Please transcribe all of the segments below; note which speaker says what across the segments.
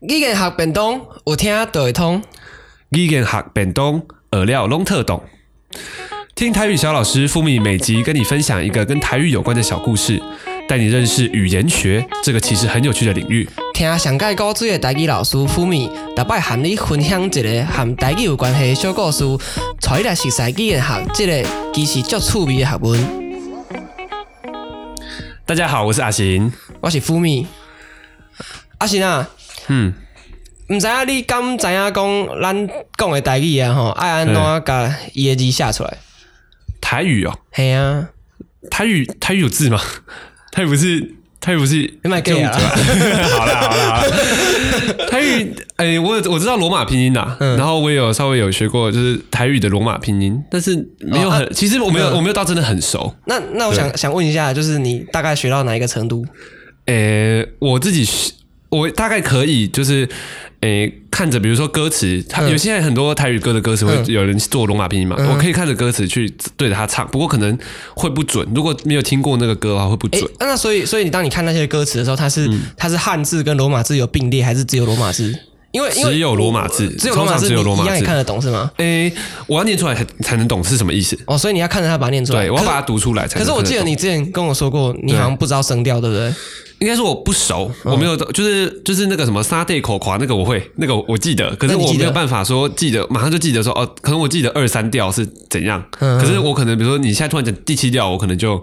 Speaker 1: 语言学便当，有听就会通。
Speaker 2: 语言学本东，饵料拢特懂。听台语小老师付米每集跟你分享一个跟台语有关的小故事，带你认识语言学这个其实很有趣的领域。
Speaker 1: 听上届古锥的台语老师傅咪，逐摆含你分享一个含台语有关系的小故事，带你来熟悉语言学这个其实足趣味的学问。
Speaker 2: 大家好，我是阿行。
Speaker 1: 我是傅咪，阿信啊，
Speaker 2: 嗯，
Speaker 1: 毋知啊影你敢知影讲咱讲的台语啊吼，爱安怎甲伊的字写出来？
Speaker 2: 台语哦，
Speaker 1: 嘿啊，
Speaker 2: 台语台语有字吗？台语不是台语不 是
Speaker 1: 你卖假啊！
Speaker 2: 好啦好啦，好啦，台语，哎、我有我知道罗马拼音啦，然后我也有稍微有学过，就是台语的罗马拼音，但是没有很，其实我没有、我没有到真的很熟。
Speaker 1: 那那我想想问一下，就是你大概学到哪一个程度？
Speaker 2: 呃、我自己是我大概可以就是，诶、看着比如说歌词，它
Speaker 1: 嗯
Speaker 2: 有现在很多台语歌的歌词会有人做罗马拼音嘛，我可以看着歌词去对着它唱，不过可能会不准，如果没有听过那个歌的话会不
Speaker 1: 诶
Speaker 2: 准。
Speaker 1: 啊那所以，所以你当你看那些歌词的时候，它是、
Speaker 2: 嗯
Speaker 1: 它是汉字跟罗马字有并列，还是只有罗马字？因为因为
Speaker 2: 只有罗马字
Speaker 1: 我只有罗马字，
Speaker 2: 通常只有罗马字
Speaker 1: 你一样也看得懂是吗？
Speaker 2: 诶、我要念出来才才能懂是什么意思。
Speaker 1: 哦，所以你要看着它把它念出来。
Speaker 2: 对，我要把它
Speaker 1: 可
Speaker 2: 读出来才
Speaker 1: 可
Speaker 2: 能
Speaker 1: 是
Speaker 2: 看懂。
Speaker 1: 我记得你之前跟我说过，你好像不知道声调，对不对？
Speaker 2: 应该是我不熟，
Speaker 1: 嗯
Speaker 2: 我没有，就是就是那个什么沙地口垮那个我会，那个我记得，可是
Speaker 1: 那你
Speaker 2: 我
Speaker 1: 记得
Speaker 2: 没有办法说记得，马上就记得说哦，可能我记得二三调是怎样，
Speaker 1: 嗯
Speaker 2: 可是我可能比如说你现在突然讲第七调，我可能就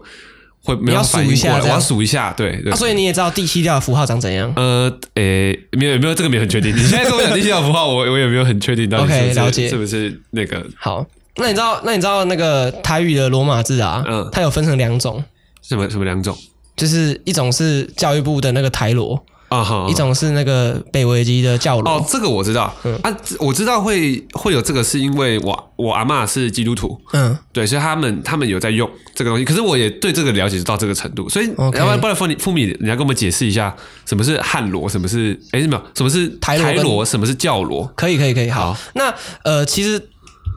Speaker 2: 会没
Speaker 1: 你要
Speaker 2: 有
Speaker 1: 数
Speaker 2: 反应
Speaker 1: 一下
Speaker 2: 过来，
Speaker 1: 这
Speaker 2: 我
Speaker 1: 样
Speaker 2: 要数一下，对对
Speaker 1: 啊，。所以你也知道第七调的符号长怎样。
Speaker 2: 呃，诶，没有没有这个没有很 确定。你现在跟我讲第七调符号，我我也没有很确定到底
Speaker 1: OK，
Speaker 2: 是不是
Speaker 1: 了解
Speaker 2: 是不是那个
Speaker 1: 好，那你知道那你知道那个台语的罗马字啊，
Speaker 2: 嗯
Speaker 1: 它有分成两种，
Speaker 2: 什么什么两种
Speaker 1: 就是一种是教育部的那个台罗，
Speaker 2: 啊？好，
Speaker 1: 一种是嗯那个北维基的教罗。
Speaker 2: 哦，这个我知道、啊，这我知道会会有这个，是因为我我阿嬷是基督徒，
Speaker 1: 嗯，
Speaker 2: 对，所以他们他们有在用这个东西，可是我也对这个了解到这个程度，所以呃
Speaker 1: OK
Speaker 2: 要不然不然父你父米，你要跟我们解释一下什么是汉罗，什么是哎什么什么是
Speaker 1: 台罗跟
Speaker 2: 罗，什么是教罗？
Speaker 1: 可以，可以，可以。好，
Speaker 2: 好
Speaker 1: 那呃，其实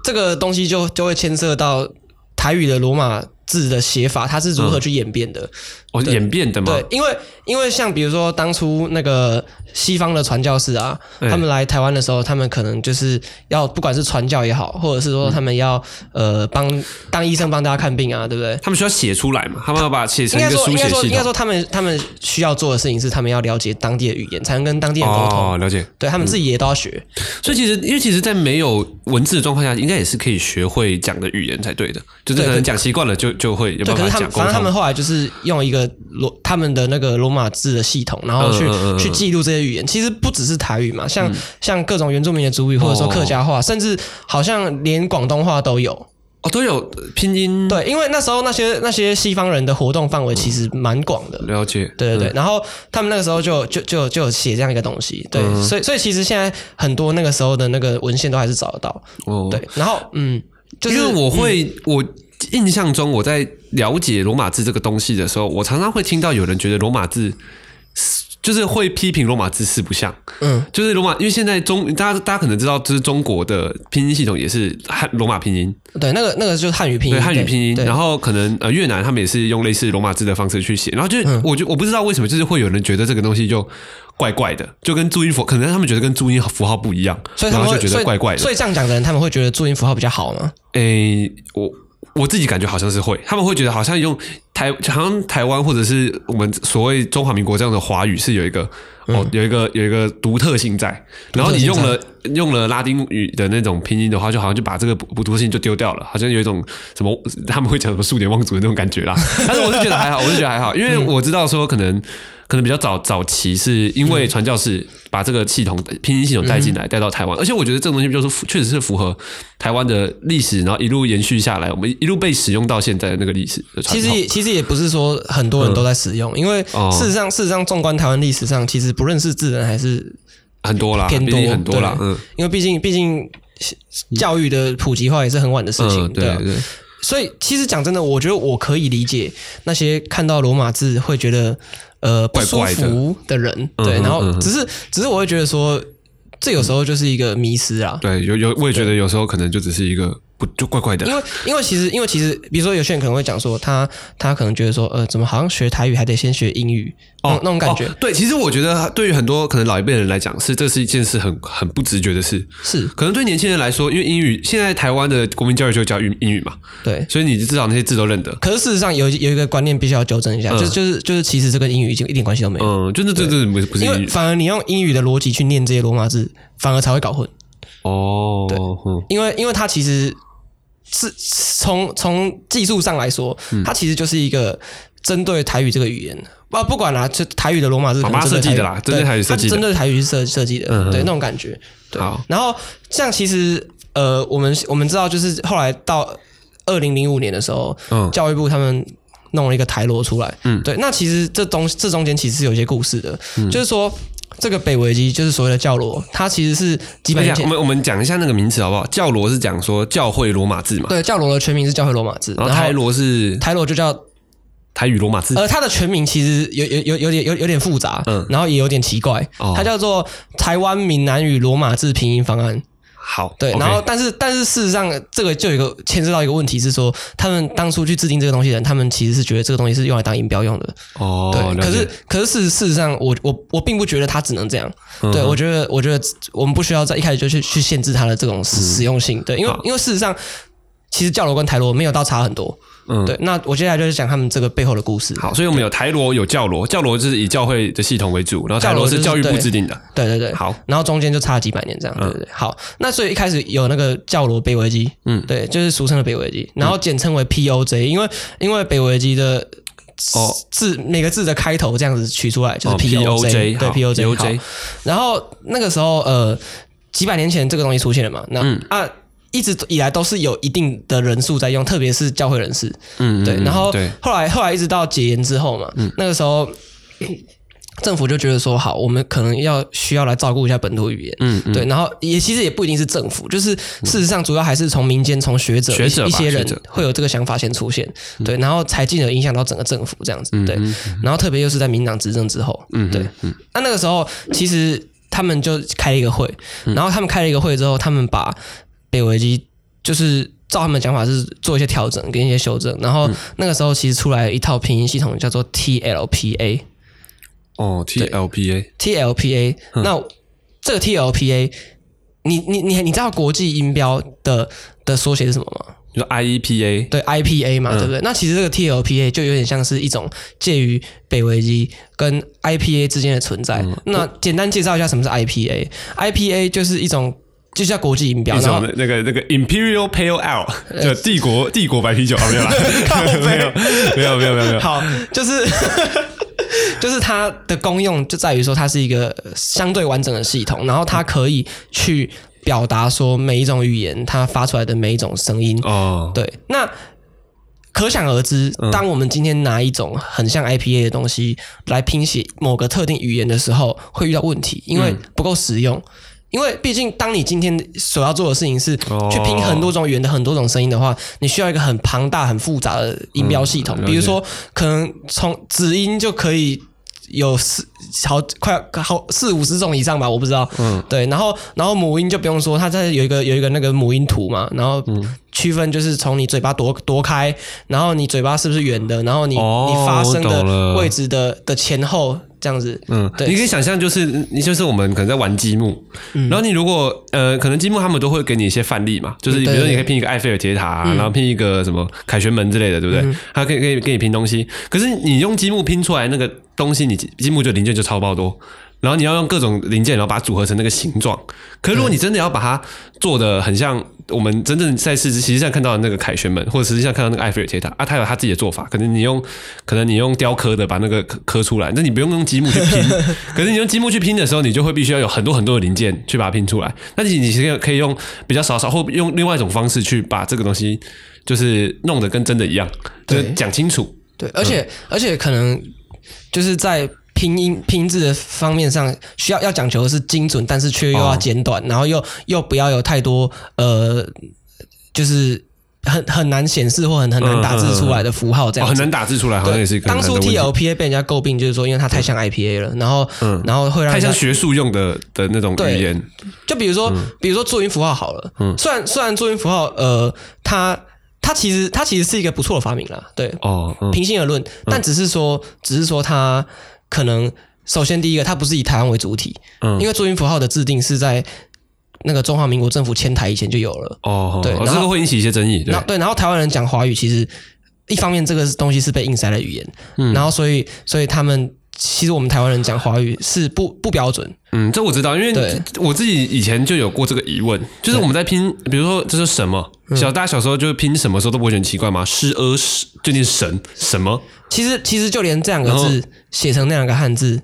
Speaker 1: 这个东西就就会牵涉到台语的罗马字的写法，它是如何去演变的。
Speaker 2: 哦，
Speaker 1: 对
Speaker 2: 演变的嘛，
Speaker 1: 对，因为因为像比如说当初那个西方的传教士啊，
Speaker 2: 嗯
Speaker 1: 他们来台湾的时候，他们可能就是要不管是传教也好，或者是说他们要、
Speaker 2: 嗯
Speaker 1: 呃帮当医生帮大家看病啊，对不对？
Speaker 2: 他们需要写出来嘛，他们要把它写
Speaker 1: 应
Speaker 2: 成一
Speaker 1: 该
Speaker 2: 个
Speaker 1: 说，
Speaker 2: 书
Speaker 1: 应
Speaker 2: 写
Speaker 1: 该说，
Speaker 2: 系
Speaker 1: 应该
Speaker 2: 统。
Speaker 1: 说，
Speaker 2: 哦
Speaker 1: 他们他们需要做的事情是，他们要了解当地的语言，才能跟当地人沟通。
Speaker 2: 哦，了解。
Speaker 1: 对他们自己也都要学。
Speaker 2: 所以其实，因为其实，在没有文字的状况下，应该也是可以学会讲的语言才对的。就
Speaker 1: 对
Speaker 2: 是可
Speaker 1: 可
Speaker 2: 能讲习惯了就，就会有
Speaker 1: 对，
Speaker 2: 办
Speaker 1: 可
Speaker 2: 法
Speaker 1: 是他
Speaker 2: 讲
Speaker 1: 们
Speaker 2: 沟
Speaker 1: 反正他们
Speaker 2: 通。
Speaker 1: 后来就是用一个罗他们的那个罗马字的系统，然后去、
Speaker 2: 嗯嗯嗯嗯嗯
Speaker 1: 去记录这些语言。其实不只是台语嘛，像、像各种原住民的族语，或者说客家话，甚至好像连广东话都有。
Speaker 2: 哦，都有拼音
Speaker 1: 对，因为那时候那些那些西方人的活动范
Speaker 2: 嗯
Speaker 1: 围其实蛮广的。
Speaker 2: 了解。哦
Speaker 1: 对对对，然后他们那个时候就就就就有写这样一个东西，对，
Speaker 2: 嗯
Speaker 1: 所以所以其实现在很多那个时候的那个文献都还是找得到，
Speaker 2: 哦，
Speaker 1: 对，然后嗯，就是嗯
Speaker 2: 因为我会，我印象中我在了解罗马字这个东西的时候，我常常会听到有人觉得罗马字是就是会批评罗马字四不像，
Speaker 1: 嗯，
Speaker 2: 就是罗马，因为现在中大家大家可能知道，就是中国的拼音系统也是汉罗马拼音，
Speaker 1: 对那个那个就是汉语拼
Speaker 2: 对
Speaker 1: 音，
Speaker 2: 汉语拼音，
Speaker 1: 对
Speaker 2: 然后可能呃越南他们也是用类似罗马字的方式去写，然后就是、
Speaker 1: 嗯
Speaker 2: 我就我不知道为什么就是会有人觉得这个东西就怪怪的，就跟注音符，可能他们觉得跟注音符号不一样，
Speaker 1: 所以他
Speaker 2: 然
Speaker 1: 们
Speaker 2: 后
Speaker 1: 会
Speaker 2: 就觉
Speaker 1: 所
Speaker 2: 得
Speaker 1: 以
Speaker 2: 怪怪的，
Speaker 1: 所以这样讲的人，他们会觉得注音符号比较好吗？
Speaker 2: 诶、我我自己感觉好像是会，他们会觉得好像用台，好像台湾或者是我们所谓中华民国这样的华语是有一个、哦，有一个有一个独特性在，然后你
Speaker 1: 独特性
Speaker 2: 用了呃用了拉丁语的那种拼音的话，就好像就把这个不不独特性就丢掉了，好像有一种什么 他们会讲什么数典忘祖的那种感觉 啦。但是我是觉得还好，我是觉得还好，因为我知道说可能。可能比较早早期是因为传教士把这个系统拼音系统带进来，带到台湾，而且我觉得这种东西就是符确实是符合台湾的历史，然后一路延续下来，我们一路被使用到现在的那个历史的传
Speaker 1: 其实
Speaker 2: 统。
Speaker 1: 也其实也不是说很多人都在使用，因为
Speaker 2: 哦
Speaker 1: 事实上事实上，纵观台湾历史上，其实不认识字的人还是
Speaker 2: 很多啦，
Speaker 1: 偏
Speaker 2: 毕
Speaker 1: 多
Speaker 2: 竟很多啦，
Speaker 1: 对
Speaker 2: 嗯，
Speaker 1: 因为毕竟毕竟教育的普及化也是很晚的事情，
Speaker 2: 嗯，
Speaker 1: 对
Speaker 2: 对
Speaker 1: 啊
Speaker 2: 对，
Speaker 1: 所以其实讲真的，我觉得我可以理解那些看到罗马字会觉得呃不
Speaker 2: 怪
Speaker 1: 舒
Speaker 2: 怪的
Speaker 1: 服的人，
Speaker 2: 嗯
Speaker 1: 对，
Speaker 2: 嗯
Speaker 1: 然后
Speaker 2: 嗯
Speaker 1: 只是只是我会觉得说，这有时候就是一个迷失啊，
Speaker 2: 对，有有，我也觉得有时候可能就只是一个啊不就怪怪的
Speaker 1: 因。为因为其实因为其实，比如说有些人可能会讲说，他他可能觉得说，呃，怎么好像学台语还得先学英语，那种那种感觉、
Speaker 2: 哦对，其实我觉得对于很多可能老一辈的人来讲，是这是一件事很很不直觉的事。
Speaker 1: 是
Speaker 2: 可能对年轻人来说，因为英语现在台湾的国民教育就教英英语嘛，
Speaker 1: 对。
Speaker 2: 所以你至少那些字都认得。
Speaker 1: 可是事实上有有一个观念必须要纠正一下，
Speaker 2: 嗯
Speaker 1: 就就是就是其实这跟英语已经一点关系都没有，
Speaker 2: 嗯，就那这这不是不是
Speaker 1: 因
Speaker 2: 英
Speaker 1: 为
Speaker 2: 语
Speaker 1: 反而你用英语的逻辑去念这些罗马字，反而才会搞混。
Speaker 2: 哦，嗯
Speaker 1: 因为因为它其实是从从技术上来说，
Speaker 2: 嗯
Speaker 1: 它其实就是一个针对台语这个语言。不不管啦、就台语的罗马字可能
Speaker 2: 把它
Speaker 1: 针对
Speaker 2: 设计的啦针对台语设计的
Speaker 1: 它针对台语是设设计的，
Speaker 2: 嗯嗯
Speaker 1: 对那种感觉。对
Speaker 2: 好，
Speaker 1: 然后像其实呃，我们我们知道，就是后来到二零零五年的时候，
Speaker 2: 嗯
Speaker 1: 教育部他们弄了一个台罗出来，嗯，对。那其实这东这中间其实是有一些故事的，
Speaker 2: 嗯
Speaker 1: 就是说这个北维基就是所谓的教罗，它其实是几百
Speaker 2: 等一
Speaker 1: 年
Speaker 2: 下，
Speaker 1: 前
Speaker 2: 我们我们讲一下那个名词好不好？教罗是讲说教会罗马字嘛，
Speaker 1: 对，教罗的全名是教会罗马字，
Speaker 2: 然后台罗是
Speaker 1: 台罗就叫
Speaker 2: 台语罗马字。
Speaker 1: 呃，它的全名其实有有有有点有有点复杂，
Speaker 2: 嗯
Speaker 1: 然后也有点奇怪，
Speaker 2: 哦
Speaker 1: 它叫做台湾闽南语罗马字拼音方案，
Speaker 2: 好，
Speaker 1: 对
Speaker 2: OK
Speaker 1: 然后但是但是事实上这个就有一个牵涉到一个问题是说，他们当初去制定这个东西的人，他们其实是觉得这个东西是用来当音标用的，
Speaker 2: 哦，
Speaker 1: 对，
Speaker 2: 了解
Speaker 1: 可是可是事实事实上我我我并不觉得它只能这样，
Speaker 2: 嗯
Speaker 1: 对我觉得我觉得我们不需要在一开始就去去限制它的这种使使用性，对，因为
Speaker 2: 嗯好
Speaker 1: 因为事实上其实教罗跟台罗没有到差很多，
Speaker 2: 嗯
Speaker 1: 对，那我接下来就是讲他们这个背后的故事，
Speaker 2: 好，所以我们有台罗有教罗，教罗就是以教会的系统为主，然后台罗是
Speaker 1: 教
Speaker 2: 教
Speaker 1: 罗
Speaker 2: 育
Speaker 1: 就是
Speaker 2: 部制定的。
Speaker 1: 对对对，
Speaker 2: 好，
Speaker 1: 然后中间就差几百年这样，对对对，好，那所以一开始有那个教罗北维基，
Speaker 2: 嗯
Speaker 1: 嗯，对，就是俗称的北维基，然后简称为 POJ，因为因为北维基的。
Speaker 2: 哦
Speaker 1: 字每个字的开头这样子取出来就是
Speaker 2: 哦
Speaker 1: POJ，、对
Speaker 2: 好
Speaker 1: POJ 好
Speaker 2: POJ
Speaker 1: 然后那个时候，呃，几百年前这个东西出现了嘛，那、
Speaker 2: 嗯
Speaker 1: 啊，一直以来都是有一定的人数在用，特别是教会人士，
Speaker 2: 嗯，嗯
Speaker 1: 对。
Speaker 2: 嗯
Speaker 1: 然后
Speaker 2: 对，嗯
Speaker 1: 后来后来一直到解严之后嘛，那个时候 政府就觉得说，好，我们可能要需要来照顾一下本土语言，
Speaker 2: 嗯，
Speaker 1: 对。然后也其实也不一定是政府，就是事实上主要还是从民间、从学者、
Speaker 2: 学者吧
Speaker 1: 一些
Speaker 2: 学
Speaker 1: 人
Speaker 2: 者嗯
Speaker 1: 会有这个想法先出现，对，然后才进而影响到整个政府这样子，对。然后特别又是在民党执政之后，嗯，对。那那个时候其实他们就开了一个会，
Speaker 2: 嗯
Speaker 1: 然后他们开了一个会之后，他们把北维基就是。照他们的讲法是做一些调整跟一些修正，然
Speaker 2: 嗯
Speaker 1: 后那个时候其实出来一套拼音系统叫做 TLPA，
Speaker 2: 哦，TLPA，
Speaker 1: TLPA，、那
Speaker 2: 嗯
Speaker 1: 这个 TLPA，你你你你知道国际音标的的缩写是什么吗？
Speaker 2: 你说 E IEPA，
Speaker 1: 对，IPA
Speaker 2: 嗯
Speaker 1: 嘛，对不对？那其实这个 TLPA 就有点像是一种介于北维基跟 IPA 之间的存在。
Speaker 2: 嗯
Speaker 1: 那简单介绍一下什么是 IPA？IPA 就是一种。就叫国际音标，
Speaker 2: 一
Speaker 1: 然后呃
Speaker 2: 种那个那个 Imperial Pale Ale，就帝国帝国白啤酒，啊没有啦，没有 没有没有没有没有，
Speaker 1: 好，就是 就是它的功用就在于说，它是一个相对完整的系统，然后它可以去表达说每一种语言它发出来的每一种声音。
Speaker 2: 哦，嗯
Speaker 1: 对，那可想而知，当我们今天拿一种很像 IPA 的东西来拼写某个特定语言的时候，会遇到问题，因为不够实用。因为毕竟，当你今天所要做的事情是
Speaker 2: 哦
Speaker 1: 去拼很多种语言的很多种声音的话，你需要一个很庞大、很复杂的音标系统。
Speaker 2: 嗯了解
Speaker 1: 比如说，可能从子音就可以有四好快好四五十种以上吧，我不知道。嗯，对，然后然后母音就不用说，它在有一个有一个那个母音图嘛，然后
Speaker 2: 嗯
Speaker 1: 区分就是从你嘴巴多多开，然后你嘴巴是不是圆的，然后你、
Speaker 2: 哦
Speaker 1: 你发声
Speaker 2: 我懂
Speaker 1: 的
Speaker 2: 了
Speaker 1: 位置的的前后这样子。
Speaker 2: 嗯，
Speaker 1: 对
Speaker 2: 你可以想象，就是你就是我们可能在玩积木，然后你如果呃，可能积木他们都会给你一些范例嘛，就
Speaker 1: 嗯嗯
Speaker 2: 是比
Speaker 1: 对
Speaker 2: 如说
Speaker 1: 对嗯
Speaker 2: 你可以拼一个埃菲尔铁塔啊、然后拼一个什么凯旋门之类的，对不对？他可以可以给你拼东西，可是你用积木拼出来那个东西，你积积木就零件就超爆多。然后你要用各种零件，然后把它组合成那个形状。可是如果你真的要把它做的很像我们真正在市实际上看到的那个凯旋门，或者实际上看到那个埃菲尔铁塔啊，它有它自己的做法。可能你用，可能你用雕刻的把那个刻刻出来，那你不用用积木去拼。 可是你用积木去拼的时候，你就会必须要有很多很多的零件去把它拼出来。那你你其实可以用比较少少，或用另外一种方式去把这个东西就是弄得跟真的一样，就
Speaker 1: 对
Speaker 2: 是讲清楚。
Speaker 1: 对，而
Speaker 2: 嗯
Speaker 1: 且、而且可能就是在拼音拼字的方面上，需要要讲求的是精准，但是却又要
Speaker 2: 哦
Speaker 1: 简短，然后又又不要有太多呃，就是很很难显示或很很难打字出来的符号这
Speaker 2: 哦，
Speaker 1: 样
Speaker 2: 很
Speaker 1: 子。
Speaker 2: 难打字出来，好像也是一个
Speaker 1: 当
Speaker 2: 很难的
Speaker 1: 初
Speaker 2: 问题
Speaker 1: TLPA 被人家诟病，就是说因为它太像 IPA 了，然后然后会让人
Speaker 2: 嗯太
Speaker 1: 家
Speaker 2: 像嗯学术用的的那种
Speaker 1: 对
Speaker 2: 语言，
Speaker 1: 就比如说，比如说注音符号好了，
Speaker 2: 嗯
Speaker 1: 虽然虽然注音符号，呃，它它其实它其实是一个不错的发明啦，对，
Speaker 2: 哦，嗯
Speaker 1: 平心而论，但只是说，只是说它可能首先第一个，它不是以台湾为主体，
Speaker 2: 嗯
Speaker 1: 因为注音符号的制定是在那个中华民国政府迁台以前就有了，
Speaker 2: 哦，
Speaker 1: 对
Speaker 2: 哦
Speaker 1: 然
Speaker 2: 这
Speaker 1: 后
Speaker 2: 个会引起一些争议，对
Speaker 1: 然，后对，然后台湾人讲华语，其实一方面这个东西是被硬塞的语言，
Speaker 2: 嗯
Speaker 1: 然后所以所以他们其实我们台湾人讲华语是不不标准，
Speaker 2: 嗯，这我知道，因为
Speaker 1: 对
Speaker 2: 我自己以前就有过这个疑问，就是我们在拼，比如说这是什么，小大家小时候就是拼什么时候都不会觉得很奇怪吗？是呃是就念神什么？
Speaker 1: 其实其实就连这两个
Speaker 2: 然后
Speaker 1: 字写成那两个汉字，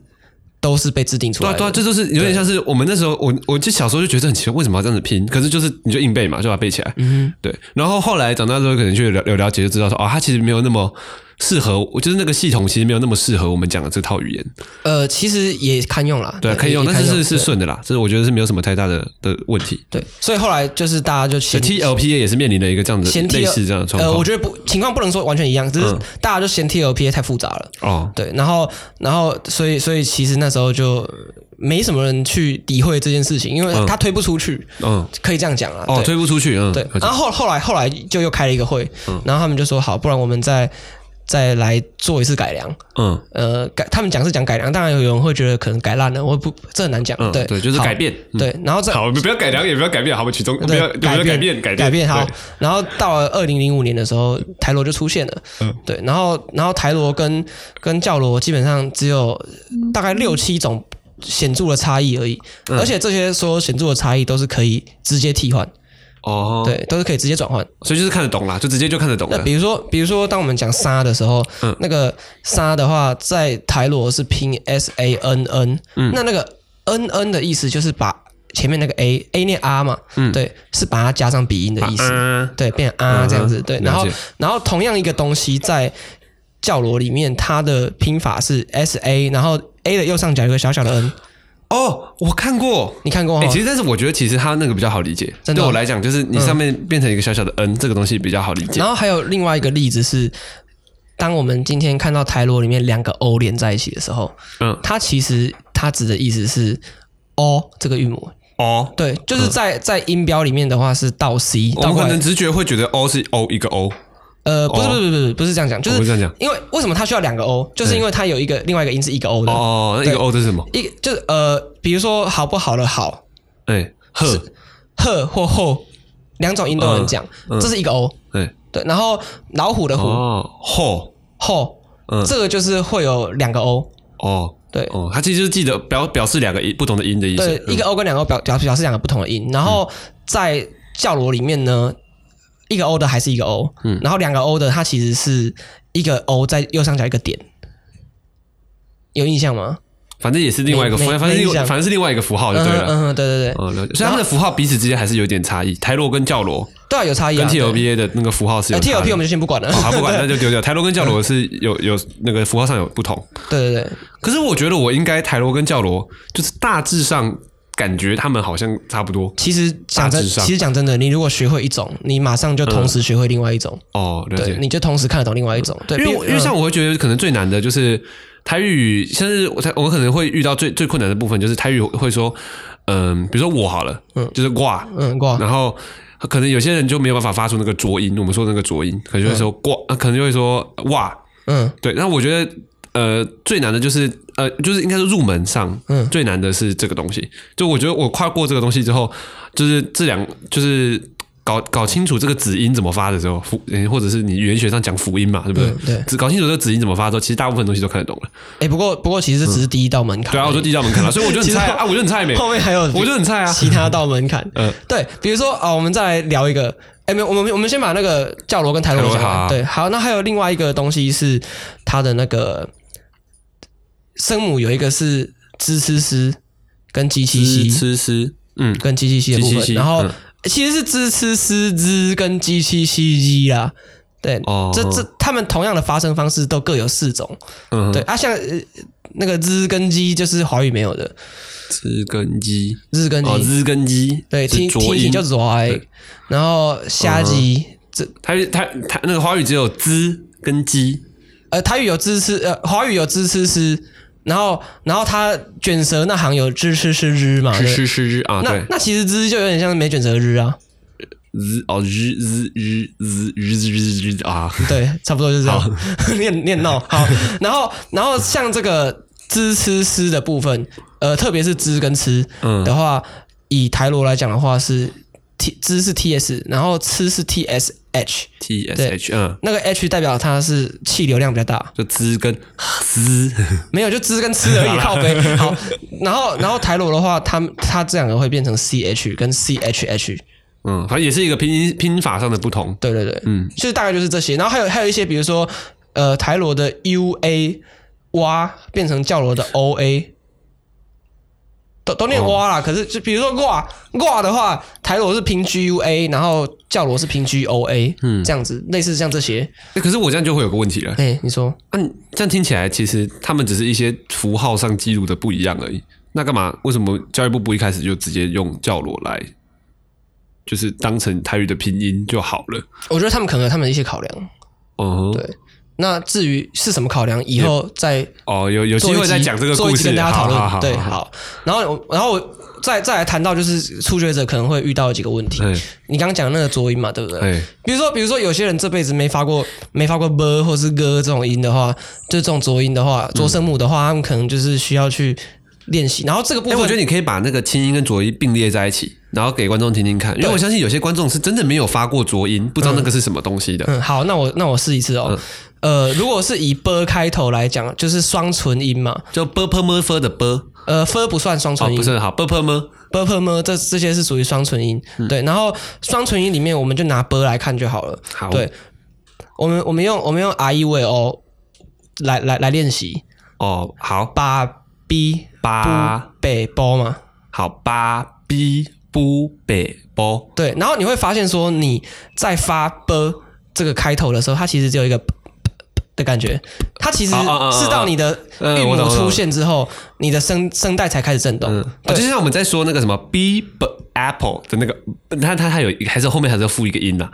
Speaker 1: 都是被制定出
Speaker 2: 对
Speaker 1: 来
Speaker 2: 啊
Speaker 1: 的。
Speaker 2: 对啊，这就是有点像是我们那时候，我我就小时候就觉得很奇怪，为什么要这样子拼？可是就是你就硬背嘛，就把它背起来。嗯，对。然后后来长大之后，可能就有了有了解，就知道说哦，它其实没有那么适合，就是那个系统其实没有那么适合我们讲的这套语言。
Speaker 1: 呃，其实也堪用啦，
Speaker 2: 对啊，可以用，
Speaker 1: 也
Speaker 2: 但
Speaker 1: 堪
Speaker 2: 是是是
Speaker 1: 对
Speaker 2: 顺的啦，这我觉得是没有什么太大的的问题。
Speaker 1: 对，所以后来就是大家就
Speaker 2: 所
Speaker 1: 嫌
Speaker 2: 以 TLPA 也是面临了一个这样的
Speaker 1: 嫌 T
Speaker 2: 类似这样的状
Speaker 1: 呃，
Speaker 2: 况。嗯
Speaker 1: 我觉得不情况不能说完全一样，只是大家就嫌 TLPA 太复杂了。
Speaker 2: 哦，
Speaker 1: 对，然后，然后，所以，所以，其实那时候就没什么人去诋毁这件事情，因为他推不出去，
Speaker 2: 嗯，
Speaker 1: 可以这样讲啊。
Speaker 2: 哦，
Speaker 1: 对
Speaker 2: 推不出去，嗯，
Speaker 1: 对啊
Speaker 2: 了解，嗯
Speaker 1: 然后后后来后来就又开了一个会，然后他们就说好，不然我们再再来做一次改良。
Speaker 2: 嗯
Speaker 1: 呃，改他们讲是讲改良，当然有人会觉得可能改烂了，我不这很难讲。
Speaker 2: 嗯，
Speaker 1: 对
Speaker 2: 对，就是
Speaker 1: 好
Speaker 2: 改变。嗯
Speaker 1: 对，然后再
Speaker 2: 好，我们不要改良，也不要改变，好，我们取中，不要不要改变，改
Speaker 1: 改变
Speaker 2: 变
Speaker 1: 好
Speaker 2: 对。
Speaker 1: 然后到了二零零五年的时候，台罗就出现了，
Speaker 2: 嗯
Speaker 1: 对，然后然后台罗跟跟教罗基本上只有大概六七种显著的差异而已，
Speaker 2: 嗯
Speaker 1: 而且这些所有显著的差异都是可以直接替换，
Speaker 2: 哦，
Speaker 1: 对，都是可以直接转换。
Speaker 2: 所以就是看得懂啦，就直接就看得懂
Speaker 1: 那
Speaker 2: 了。
Speaker 1: 比如说，比如说，当我们讲沙的时候，
Speaker 2: 嗯
Speaker 1: 那个沙的话，在台罗是拼 S A N N，、那那
Speaker 2: 嗯
Speaker 1: 个 N N 的意思就是把前面那个 A A 念 R 嘛，对，是把它加上鼻音的意思，
Speaker 2: 嗯，
Speaker 1: 对，变成啊这样子，对，
Speaker 2: 了解
Speaker 1: 然后然后同样一个东西在教罗里面，它的拼法是 S A，然后 A 的右上角有个小小的 N，
Speaker 2: 哦，我看过。
Speaker 1: 你看过
Speaker 2: 哎、
Speaker 1: 吗？
Speaker 2: 啊其实但是我觉得其实它那个比较好理解，
Speaker 1: 真的嗯
Speaker 2: 对我来讲，就是你上面变成一个小小的 n，、这个东西比较好理解。
Speaker 1: 然后还有另外一个例子是，当我们今天看到台罗里面两个 O 连在一起的时候，
Speaker 2: 嗯，
Speaker 1: 它其实它指的意思是 O 这个韵母，
Speaker 2: 哦，
Speaker 1: 对，就是在、在音标里面的话是到 C，
Speaker 2: 我
Speaker 1: 倒
Speaker 2: 们
Speaker 1: 过
Speaker 2: 可
Speaker 1: 来
Speaker 2: 能。直觉会觉得 o 是 o 一个 o，
Speaker 1: 呃，不是
Speaker 2: 哦
Speaker 1: 不是不是不是这样讲，就
Speaker 2: 哦不是这样讲
Speaker 1: 因为为什么它需要两个 O，就是因为它有一个另外一个音是一个 O 的，
Speaker 2: 哦，那一个 o 这是什么？
Speaker 1: 一个就是呃，比如说好不好的好，
Speaker 2: 哎、呵，
Speaker 1: 呵或后两种音都能讲，这是一个 O。
Speaker 2: 哎、
Speaker 1: 对，然后老虎的虎、
Speaker 2: 哦，后，
Speaker 1: 后，
Speaker 2: 嗯
Speaker 1: 这个就是会有两个 O。
Speaker 2: 哦，
Speaker 1: 对
Speaker 2: 哦，它其实就是记得表表示两个音不同的音的意思。嗯
Speaker 1: 对，一个 O 跟两个 O 表表表示两个不同的音，然后在教罗里面呢，一个 O 的还是一个 O，然
Speaker 2: 嗯
Speaker 1: 后两个 O 的它其实是一个 O 在右上角一个点，有印象吗？
Speaker 2: 反正也是另外一个符，
Speaker 1: 没没
Speaker 2: 反正是
Speaker 1: 没印象
Speaker 2: 反正是另外一个符号就
Speaker 1: 嗯
Speaker 2: 对
Speaker 1: 哼
Speaker 2: 了。
Speaker 1: 嗯哼，对对对，
Speaker 2: 嗯，了解。所以他们的符号彼此之间还是有点差异，台罗跟教罗
Speaker 1: 对啊，有差异
Speaker 2: 跟
Speaker 1: 啊。对
Speaker 2: TLPA 的那个符号是有
Speaker 1: 呃
Speaker 2: 差异哦
Speaker 1: TLP 我们就先不管了。
Speaker 2: 好，不管那就丢掉。台罗跟教罗是 有有那个符号上有不同，
Speaker 1: 对对对，
Speaker 2: 可是我觉得我应该台罗跟教罗就是大致上感觉他们好像差不多
Speaker 1: 其实讲真，
Speaker 2: 大致上
Speaker 1: 其实讲真的，你如果学会一种，你马上就同时学会另外一种，
Speaker 2: 哦，了
Speaker 1: 对，
Speaker 2: 解。
Speaker 1: 你就同时看得懂另外一种。对，
Speaker 2: 因为
Speaker 1: 比
Speaker 2: 我因为像我会觉得可能最难的就是台语，像是我台我可能会遇到最最困难的部分就是台语会说，嗯，比如说我好了，就是挂，
Speaker 1: 嗯挂
Speaker 2: 然后可能有些人就没有办法发出那个浊音，我们说那个浊音，可能就会说挂，啊可能就会说哇，
Speaker 1: 嗯
Speaker 2: 对，那我觉得呃最难的就是呃就是应该是入门上，嗯，最难的是这个东西。就我觉得我跨过这个东西之后，就是这两就是搞搞清楚这个子音怎么发的时候，辅呃或者是你语言学上讲辅音嘛，对不对？
Speaker 1: 嗯对
Speaker 2: 只搞清楚这个子音怎么发之后，其实大部分东西都看得 懂了。
Speaker 1: 哎，不过不过其实这只是第一道门槛而已。
Speaker 2: 对啊，我就第一道门槛了，所以我就很菜
Speaker 1: 其实
Speaker 2: 啊，我就很菜 没，
Speaker 1: 后面还有，
Speaker 2: 我就很菜 啊。
Speaker 1: 其他道门槛。
Speaker 2: 嗯
Speaker 1: 嗯，对，比如说啊、我们再来聊一个，哎，没有，我们我们先把那个教罗跟台罗
Speaker 2: 台罗
Speaker 1: 讲
Speaker 2: 好啊
Speaker 1: 完。对，好，那还有另外一个东西是它的那个声母有一个是支吃丝跟鸡七西
Speaker 2: 吃吃，嗯，
Speaker 1: 跟鸡七西的部
Speaker 2: 鸡七西
Speaker 1: 分，然后、
Speaker 2: 嗯
Speaker 1: 其实是支吃丝支跟鸡七西鸡啦。对，
Speaker 2: 哦
Speaker 1: 这这他们同样的发声方式都各有四种。
Speaker 2: 嗯哼
Speaker 1: 对啊，像呃那个日跟鸡就是华语没有的，
Speaker 2: 吃根鸡，
Speaker 1: 日跟鸡、
Speaker 2: 哦哦，日根鸡，
Speaker 1: 对，
Speaker 2: 是
Speaker 1: 听
Speaker 2: 浊
Speaker 1: 听起
Speaker 2: 音嗯
Speaker 1: 就 r 然后虾鸡、这
Speaker 2: 台语台台那个华语只有资跟鸡，
Speaker 1: 呃台语有支持呃华语有支持是，然后然后它卷舌那行有支持是日嘛，
Speaker 2: 是
Speaker 1: 对
Speaker 2: 是是日啊，
Speaker 1: 呃那
Speaker 2: 对，
Speaker 1: 那其实支就有点像是没卷舌的日啊，
Speaker 2: 日哦日日日日日日日日啊，
Speaker 1: 对，差不多就是这样， 念念闹好，然后然后像这个支吃吃的部分，呃，特别是支跟吃
Speaker 2: 嗯
Speaker 1: 的话，以台罗来讲的话是 T 支是 T S，然后吃是 T S H，
Speaker 2: ，T S H 嗯，
Speaker 1: 那个 H 代表它是气流量比较大，
Speaker 2: 就资跟资，
Speaker 1: 没有就支跟吃而 已，靠背好，然后然后台罗的话，它它这两个会变成 C H 跟 C H H，
Speaker 2: 嗯，反正也是一个拼音拼法上的不同，
Speaker 1: 对对对，
Speaker 2: 嗯
Speaker 1: 嗯，就是大概就是这些。然后还有还有一些，比如说呃，台罗的 U A 蛙变成教罗的 O A，都都念蛙啦。可是就比如说挂挂的话，台罗是拼 G U A，然后教罗是拼 G O A，嗯，这样子类似像这些。
Speaker 2: 欸可是我这样就会有个问题了，
Speaker 1: 哎、你说
Speaker 2: 那、你这样听起来，其实他们只是一些符号上记录的不一样而已。那干嘛？为什么教育部不一开始就直接用教罗来，就是当成台语的拼音就好了？
Speaker 1: 我觉得他们可能有他们的一些考量。
Speaker 2: 哦、
Speaker 1: 对那至于是什么考量，以后再
Speaker 2: 哦，有有
Speaker 1: 做
Speaker 2: 机
Speaker 1: 一
Speaker 2: 会
Speaker 1: 集
Speaker 2: 再讲这个
Speaker 1: 做一
Speaker 2: 故
Speaker 1: 集
Speaker 2: 事，
Speaker 1: 跟大家讨
Speaker 2: 好好好
Speaker 1: 论。对，
Speaker 2: 好
Speaker 1: 好。然后我，然后我再再来谈到就是初学者可能会遇到的几个问题。
Speaker 2: 哎
Speaker 1: 你刚刚讲那个浊音嘛，对不对？
Speaker 2: 哎
Speaker 1: 比如说，比如说有些人这辈子没发过没发过 b 或是 g 这种音的话，就这种浊音的话，浊声母的话，他们可能就是需要去练习。然后这个部
Speaker 2: 哎，
Speaker 1: 分，
Speaker 2: 我觉得你可以把那个清音跟浊音并列在一起，然后给观众听听看，因为我相信有些观众是真的没有发过浊音，不知道那个是什么东西的。
Speaker 1: 嗯，好，那我那我试一次
Speaker 2: 嗯
Speaker 1: 哦。呃，如果是以 b 开头来讲，就是双唇音嘛。
Speaker 2: 就 b p m f 的 b，
Speaker 1: 呃，f 不算双
Speaker 2: 哦，
Speaker 1: 唇音
Speaker 2: 不，是好 b p m，
Speaker 1: b p m 这这些是属于双唇音，
Speaker 2: 嗯
Speaker 1: 对。然后双唇音里面，我们就拿 b 来看就好了。
Speaker 2: 好，
Speaker 1: 对，我们我们用我们用 r e 尾 o 来来来练习
Speaker 2: 哦，好
Speaker 1: 把 b
Speaker 2: 八。
Speaker 1: 不北波嘛。
Speaker 2: 好吧，b 不北波，
Speaker 1: 对，然后你会发现说你在发 b 这个开头的时候，它其实只有一个 b- b- 的感觉，它其实
Speaker 2: 啊啊啊啊啊
Speaker 1: 是到你的
Speaker 2: 嗯
Speaker 1: 韵
Speaker 2: 我
Speaker 1: 母
Speaker 2: 懂我懂
Speaker 1: 出现之后，你的声声带才开始震动。
Speaker 2: 嗯，
Speaker 1: 对
Speaker 2: 就像我们在说那个什么 b b apple 的那个，它它它有还是后面还是要附一个音呐、啊。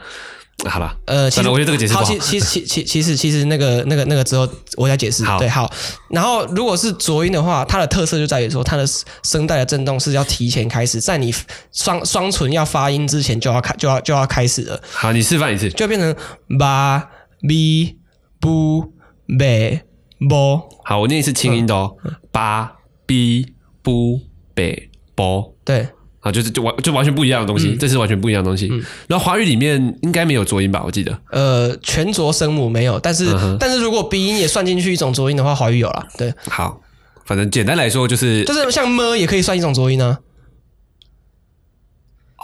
Speaker 2: 好了，
Speaker 1: 呃，其
Speaker 2: 算
Speaker 1: 实
Speaker 2: 了，我觉得这个解释不
Speaker 1: 好。
Speaker 2: 好。
Speaker 1: 其其其其其实其实那个那个那个之后我再解释。
Speaker 2: 好
Speaker 1: 对，好。然后如果是浊音的话，它的特色就在于说它的声带的震动是要提前开始，在你双双唇要发音之前就要开就要就要开始了，
Speaker 2: 好，你示范一次。
Speaker 1: 就变成吧咪不北波。
Speaker 2: 好，我念一次清音的哦，
Speaker 1: 嗯
Speaker 2: 八 b 不北波。
Speaker 1: 对，
Speaker 2: 啊，就是就完就完全不一样的东西，
Speaker 1: 嗯
Speaker 2: 这是完全不一样的东西。然后华语里面应该没有浊音吧？我记得
Speaker 1: 呃，全浊声母没有，但是、
Speaker 2: 嗯
Speaker 1: 但是如果鼻音也算进去一种浊音的话，华语有啦。对，
Speaker 2: 好，反正简单来说就是
Speaker 1: 就是像么也可以算一种浊音啊。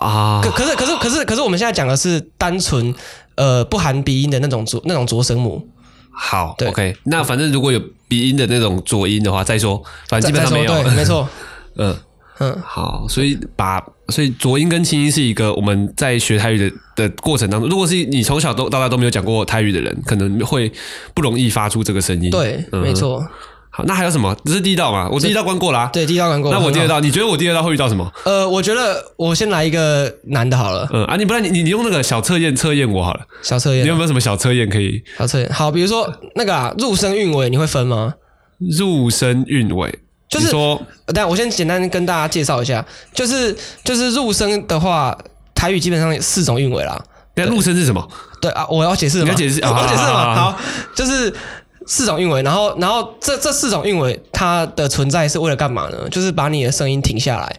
Speaker 2: 啊
Speaker 1: 可，可是可是可是可是我们现在讲的是单纯呃不含鼻音的那种浊那种浊声母，
Speaker 2: 好
Speaker 1: 对
Speaker 2: ，OK。那反正如果有鼻音的那种浊音的话，再说，反正基本上
Speaker 1: 再
Speaker 2: 没
Speaker 1: 再
Speaker 2: 有
Speaker 1: 说。对，没 错，
Speaker 2: 嗯，
Speaker 1: 嗯，
Speaker 2: 好，所以把所以浊音跟清音是一个我们在学台语的的过程当中，如果是你从小都到大都没有讲过台语的人，可能会不容易发出这个声音。
Speaker 1: 对，
Speaker 2: 嗯
Speaker 1: 没。错，
Speaker 2: 好，那还有什么？这是第一道嘛？我第一道关过啦、
Speaker 1: 对，第一道难过。
Speaker 2: 那我第二
Speaker 1: 道，
Speaker 2: 道，你觉得我第二道会遇到什么？
Speaker 1: 呃，我觉得我先来一个难的好了，
Speaker 2: 嗯啊，你不然你你你用那个小测验测验我好了。
Speaker 1: 小测
Speaker 2: 你有
Speaker 1: 验，
Speaker 2: 没有什么小测验可以
Speaker 1: 小测验。好，比如说那个啊，入声韵尾你会分吗？
Speaker 2: 入声韵尾？
Speaker 1: 就是
Speaker 2: 你说
Speaker 1: 呃但我先简单跟大家介绍一下，就是就是入声的话，台语基本上有四种韵尾啦。
Speaker 2: 那入声是什么？
Speaker 1: 对啊，我要解释了吗？
Speaker 2: 你要解释
Speaker 1: 我要解释了
Speaker 2: 啊
Speaker 1: 吗？好，就是四种韵尾，然后然后这这四种韵尾它的存在是为了干嘛呢？就是把你的声音停下来。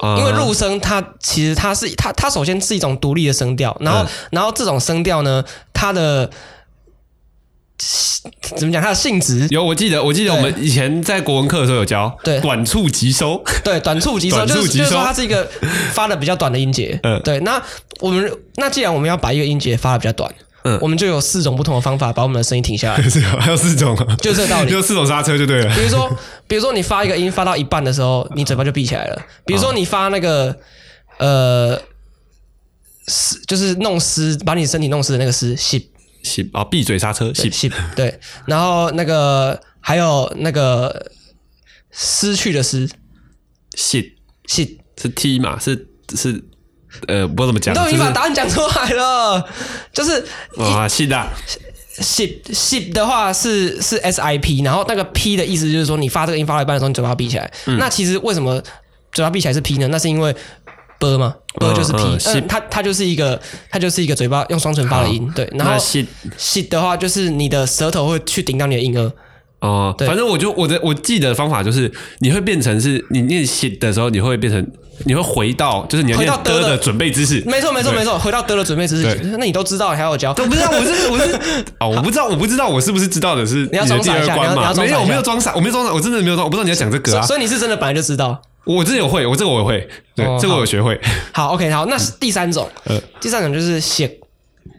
Speaker 2: 啊
Speaker 1: 因为入声它其实它是它它首先是一种独立的声调，然后、然后这种声调呢，它的怎么讲？它的性质
Speaker 2: 有，我记得，我记得我们以前在国文课的时候有教，
Speaker 1: 对
Speaker 2: 短促即收，
Speaker 1: 对短促及收，
Speaker 2: 短促
Speaker 1: 就是
Speaker 2: 及
Speaker 1: 就是
Speaker 2: 收
Speaker 1: 说它是一 个发的比较短的音节。
Speaker 2: 嗯
Speaker 1: 对。那我们那既然我们要把一个音节发的比较短，
Speaker 2: 嗯
Speaker 1: 我们就有四种不同的方法把我们的声音停下来。
Speaker 2: 是啊还有四种啊，
Speaker 1: 就这个 道理
Speaker 2: 就四种刹车就对了。
Speaker 1: 比如 说，比如说你发一个音发到一半的时
Speaker 2: 啊
Speaker 1: 候，你嘴巴就闭起来了。比如说你发那个、呃湿，就是弄湿，把你身体弄湿的那个湿，洗
Speaker 2: 洗啊，闭嘴刹车，洗
Speaker 1: 洗对。然后那个还有那个失去的失
Speaker 2: 洗
Speaker 1: 洗
Speaker 2: 是 T 嘛，是是呃，不知道怎么讲，
Speaker 1: 都已
Speaker 2: 就
Speaker 1: 经把
Speaker 2: 是
Speaker 1: 答案讲出来了，就是
Speaker 2: 哇，是啊的，
Speaker 1: SIP SIP 的话是是 SIP，然后那个 P 的意思就是说你发这个音发到一半的时候，你嘴巴要闭起来。
Speaker 2: 嗯
Speaker 1: 那其实为什么嘴巴闭起来是 P 呢？那是因为 b 嘛，b 就是 P，
Speaker 2: 嗯
Speaker 1: 嗯
Speaker 2: 嗯，sip
Speaker 1: 它它就是一个它就是一个嘴巴用双唇发的音，对。然后
Speaker 2: 那是
Speaker 1: SIP 的话就是你的舌头会去顶到你的硬腭，
Speaker 2: 哦，
Speaker 1: 对
Speaker 2: 反正我就我的我记得的方法就是，你会变成是你念写的时候，你会变成你会回到就是你要
Speaker 1: 回
Speaker 2: 念
Speaker 1: 到的
Speaker 2: 的的准备姿势。
Speaker 1: 没错没错没错。回到 d 的准备姿势
Speaker 2: 对，
Speaker 1: 那你都知道，你还要我教？
Speaker 2: 我不知道，我是我是 哦，我不知道，我不知道我是不是知道的是
Speaker 1: 要
Speaker 2: 你
Speaker 1: 装
Speaker 2: 的第
Speaker 1: 傻一
Speaker 2: 二
Speaker 1: 下
Speaker 2: 关
Speaker 1: 你要
Speaker 2: 嘛？
Speaker 1: 你要装
Speaker 2: 没
Speaker 1: 傻
Speaker 2: 有，
Speaker 1: 一
Speaker 2: 我
Speaker 1: 下
Speaker 2: 没有装傻，我没有装傻，我真的没有装，我不知道你要讲这个
Speaker 1: 所
Speaker 2: 啊。
Speaker 1: 所以你是真的本来就知道。
Speaker 2: 我真的有会，我这个我也会，对
Speaker 1: 哦，
Speaker 2: 这个我有学会。
Speaker 1: 好，OK，好，那
Speaker 2: 嗯
Speaker 1: 是第三种，第三种就是写，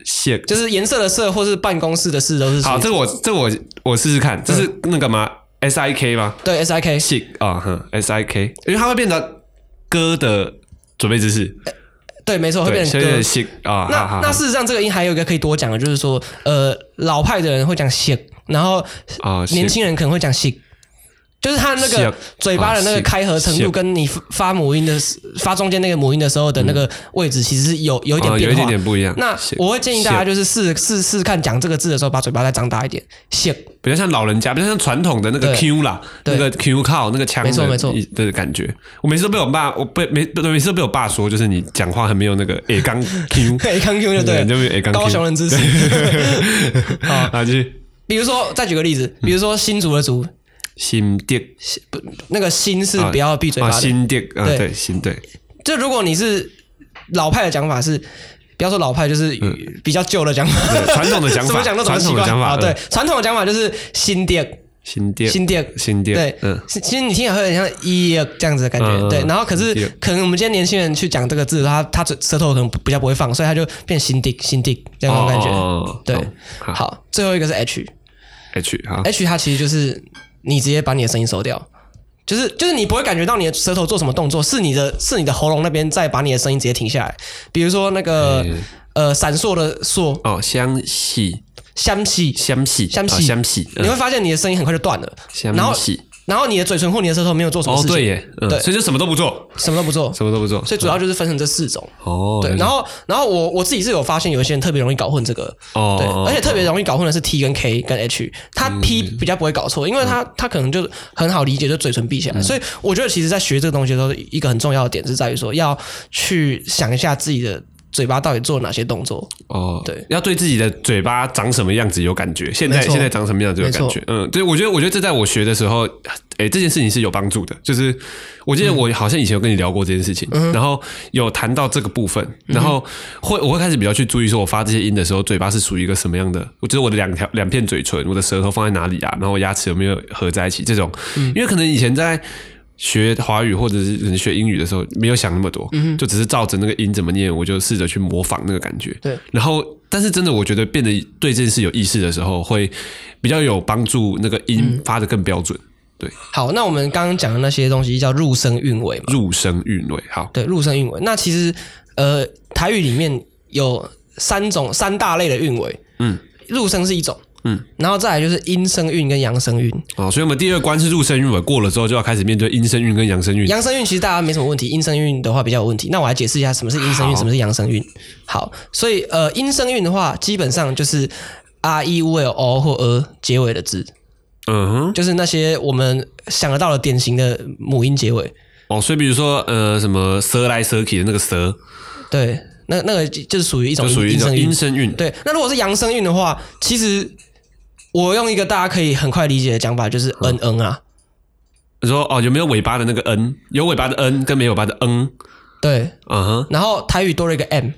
Speaker 2: 写
Speaker 1: 就是颜色的色或是办公室的事都是属于
Speaker 2: 好，这个我这个我我试试看，这是
Speaker 1: 嗯
Speaker 2: 那个吗？S I K 吗？
Speaker 1: 对 SIK
Speaker 2: 写啊，哼，S I K，因为它会变成歌的准备姿势，
Speaker 1: 对，没错，会
Speaker 2: 对，
Speaker 1: 变成
Speaker 2: 所
Speaker 1: 歌
Speaker 2: 以。写啊，好
Speaker 1: 那
Speaker 2: 好
Speaker 1: 那
Speaker 2: 好
Speaker 1: 事实上，这个音还有一个可以多讲的，就是说，呃，老派的人会讲 shit，然后
Speaker 2: 啊，
Speaker 1: 年
Speaker 2: 写
Speaker 1: 轻人可能会讲 shit，就是他那个
Speaker 2: shit，
Speaker 1: 嘴巴的那个
Speaker 2: 啊，shit，
Speaker 1: 开合程度，
Speaker 2: shit
Speaker 1: 跟你发母音的发中间那个母音的时候的那个位置，其实是有有一点
Speaker 2: 啊嗯有
Speaker 1: 变
Speaker 2: 一
Speaker 1: 化。
Speaker 2: 点点不一样。
Speaker 1: 那
Speaker 2: 写
Speaker 1: 我会建议大家
Speaker 2: 写
Speaker 1: 就是试试试看讲这个字的时候，把嘴巴再张大一点。shit，
Speaker 2: 比较像老人家，比较像传统的那个
Speaker 1: 对
Speaker 2: Q 啦，
Speaker 1: 对
Speaker 2: 那个 Q 靠那个腔的，
Speaker 1: 没错没错
Speaker 2: 的感觉。我每次都被我爸，我被每每次都被我爸说，就是你讲话很没有那个 A 刚 Q，
Speaker 1: 可以刚 Q 就对
Speaker 2: 你就没有
Speaker 1: 了，
Speaker 2: A 刚 Q。
Speaker 1: 高雄人支持。 好，
Speaker 2: 啊，就是
Speaker 1: 比如说再举个例子，比如说新竹的竹，
Speaker 2: 心电
Speaker 1: 那个新是不要闭嘴巴
Speaker 2: 啊，
Speaker 1: 的，
Speaker 2: 心电啊，
Speaker 1: 对
Speaker 2: 对心对
Speaker 1: 就如果你是老派的讲法是，不要说老派，就是比较旧的讲法，
Speaker 2: 嗯对传统的讲 法
Speaker 1: 怎么讲都怎么奇怪
Speaker 2: 传统的讲法
Speaker 1: 啊。
Speaker 2: 嗯
Speaker 1: 对，传统的讲法就是新店，
Speaker 2: 心电
Speaker 1: 新店。
Speaker 2: 心电，
Speaker 1: 对，
Speaker 2: 嗯，
Speaker 1: 其其实你听起来会很像一这样子的感
Speaker 2: 嗯
Speaker 1: 觉，
Speaker 2: 嗯
Speaker 1: 对。然后可是
Speaker 2: 新店
Speaker 1: 可能我们今天年轻人去讲这个字，他他嘴舌头可能比较不会放，所以他就变新地新地这样的感
Speaker 2: 哦
Speaker 1: 觉。
Speaker 2: 哦哦哦
Speaker 1: 对
Speaker 2: 好，好
Speaker 1: 好，最后一个是 H，
Speaker 2: H 好
Speaker 1: H 它其实就是你直接把你的声音收掉，就是就是你不会感觉到你的舌头做什么动作，是你的是你的喉咙那边在把你的声音直接停下来。比如说那个、呃闪烁的烁，
Speaker 2: 哦，湘系
Speaker 1: 香气，
Speaker 2: 湘系
Speaker 1: 湘系
Speaker 2: 啊湘系，
Speaker 1: 你
Speaker 2: 嗯
Speaker 1: 会发现你的声音很快就断了，
Speaker 2: 湘
Speaker 1: 然后
Speaker 2: 系
Speaker 1: 然后你的嘴唇或你的舌头没有做什么
Speaker 2: 哦
Speaker 1: 事情，
Speaker 2: 对耶，嗯
Speaker 1: 对
Speaker 2: 所以就什么都不做，
Speaker 1: 什么都不做，
Speaker 2: 什么都不做，
Speaker 1: 所以主要就是分成这四种。
Speaker 2: 哦，
Speaker 1: 对，然后，然后我我自己是有发现，有一些人特别容易搞混这个，
Speaker 2: 哦
Speaker 1: 对，
Speaker 2: 哦嗯
Speaker 1: 而且特别容易搞混的是 T 跟 K 跟 H，他 P 比较不会搞错，因为他他可能就很好理解，就嘴唇闭起
Speaker 2: 嗯
Speaker 1: 来。所以我觉得，其实在学这个东西的时候，一个很重要的点是在于说，要去想一下自己的嘴巴到底做哪些动作。
Speaker 2: 哦，
Speaker 1: 对，
Speaker 2: 要对自己的嘴巴长什么样子有感觉，现在
Speaker 1: 没错
Speaker 2: 现在长什么样子有感觉
Speaker 1: 没，
Speaker 2: 嗯，对，我觉得我觉得这在我学的时候，诶，这件事情是有帮助的，就是我记得我好像以前有跟你聊过这件事情，
Speaker 1: 嗯
Speaker 2: 然后有谈到这个部分，然后会我会开始比较去注意说我发这些音的时候，嘴巴是属于一个什么样的，我就是我的两条两片嘴唇，我的舌头放在哪里啊，然后我牙齿有没有合在一起这种，
Speaker 1: 嗯
Speaker 2: 因为可能以前在。学华语或者是可能学英语的时候，没有想那么多，
Speaker 1: 嗯
Speaker 2: 就只是照着那个音怎么念，我就试着去模仿那个感觉。
Speaker 1: 对
Speaker 2: 然后，但是真的，我觉得变得对这件事有意识的时候，会比较有帮助，那个音发的更标准，对，
Speaker 1: 好，那我们刚刚讲的那些东西叫入声韵尾嘛，
Speaker 2: 入声韵尾。好，
Speaker 1: 对，入声韵尾。那其实呃，台语里面有三种三大类的韵尾，嗯，入声是一种，嗯，然后再来就是阴声韵跟阳声韵。
Speaker 2: 哦，所以我们第二关是入声韵尾过了之后，就要开始面对阴声韵跟阳声韵。
Speaker 1: 阳声韵其实大家没什么问题，阴声韵的话比较有问题。那我来解释一下什么是阴声韵，
Speaker 2: 好
Speaker 1: 什么是阳声韵。好，所以呃，阴声韵的话，基本上就是 r e u l o 或 e 结尾的字，
Speaker 2: 嗯哼，
Speaker 1: 就是那些我们想得到的典型的母音结尾。
Speaker 2: 哦，所以比如说呃，什么舌来舌去的那个舌，
Speaker 1: 对，那那个就是属于一种
Speaker 2: 就属于一
Speaker 1: 阴
Speaker 2: 种
Speaker 1: 声韵
Speaker 2: 阴。声韵。
Speaker 1: 对，那如果是阳声韵的话，其实我用一个大家可以很快理解的讲法，就是嗯嗯啊。
Speaker 2: 你说哦，有没有尾巴的那个嗯？有尾巴的嗯跟没尾巴的嗯，
Speaker 1: 对，
Speaker 2: 嗯哼
Speaker 1: 然后台语多了一个 m。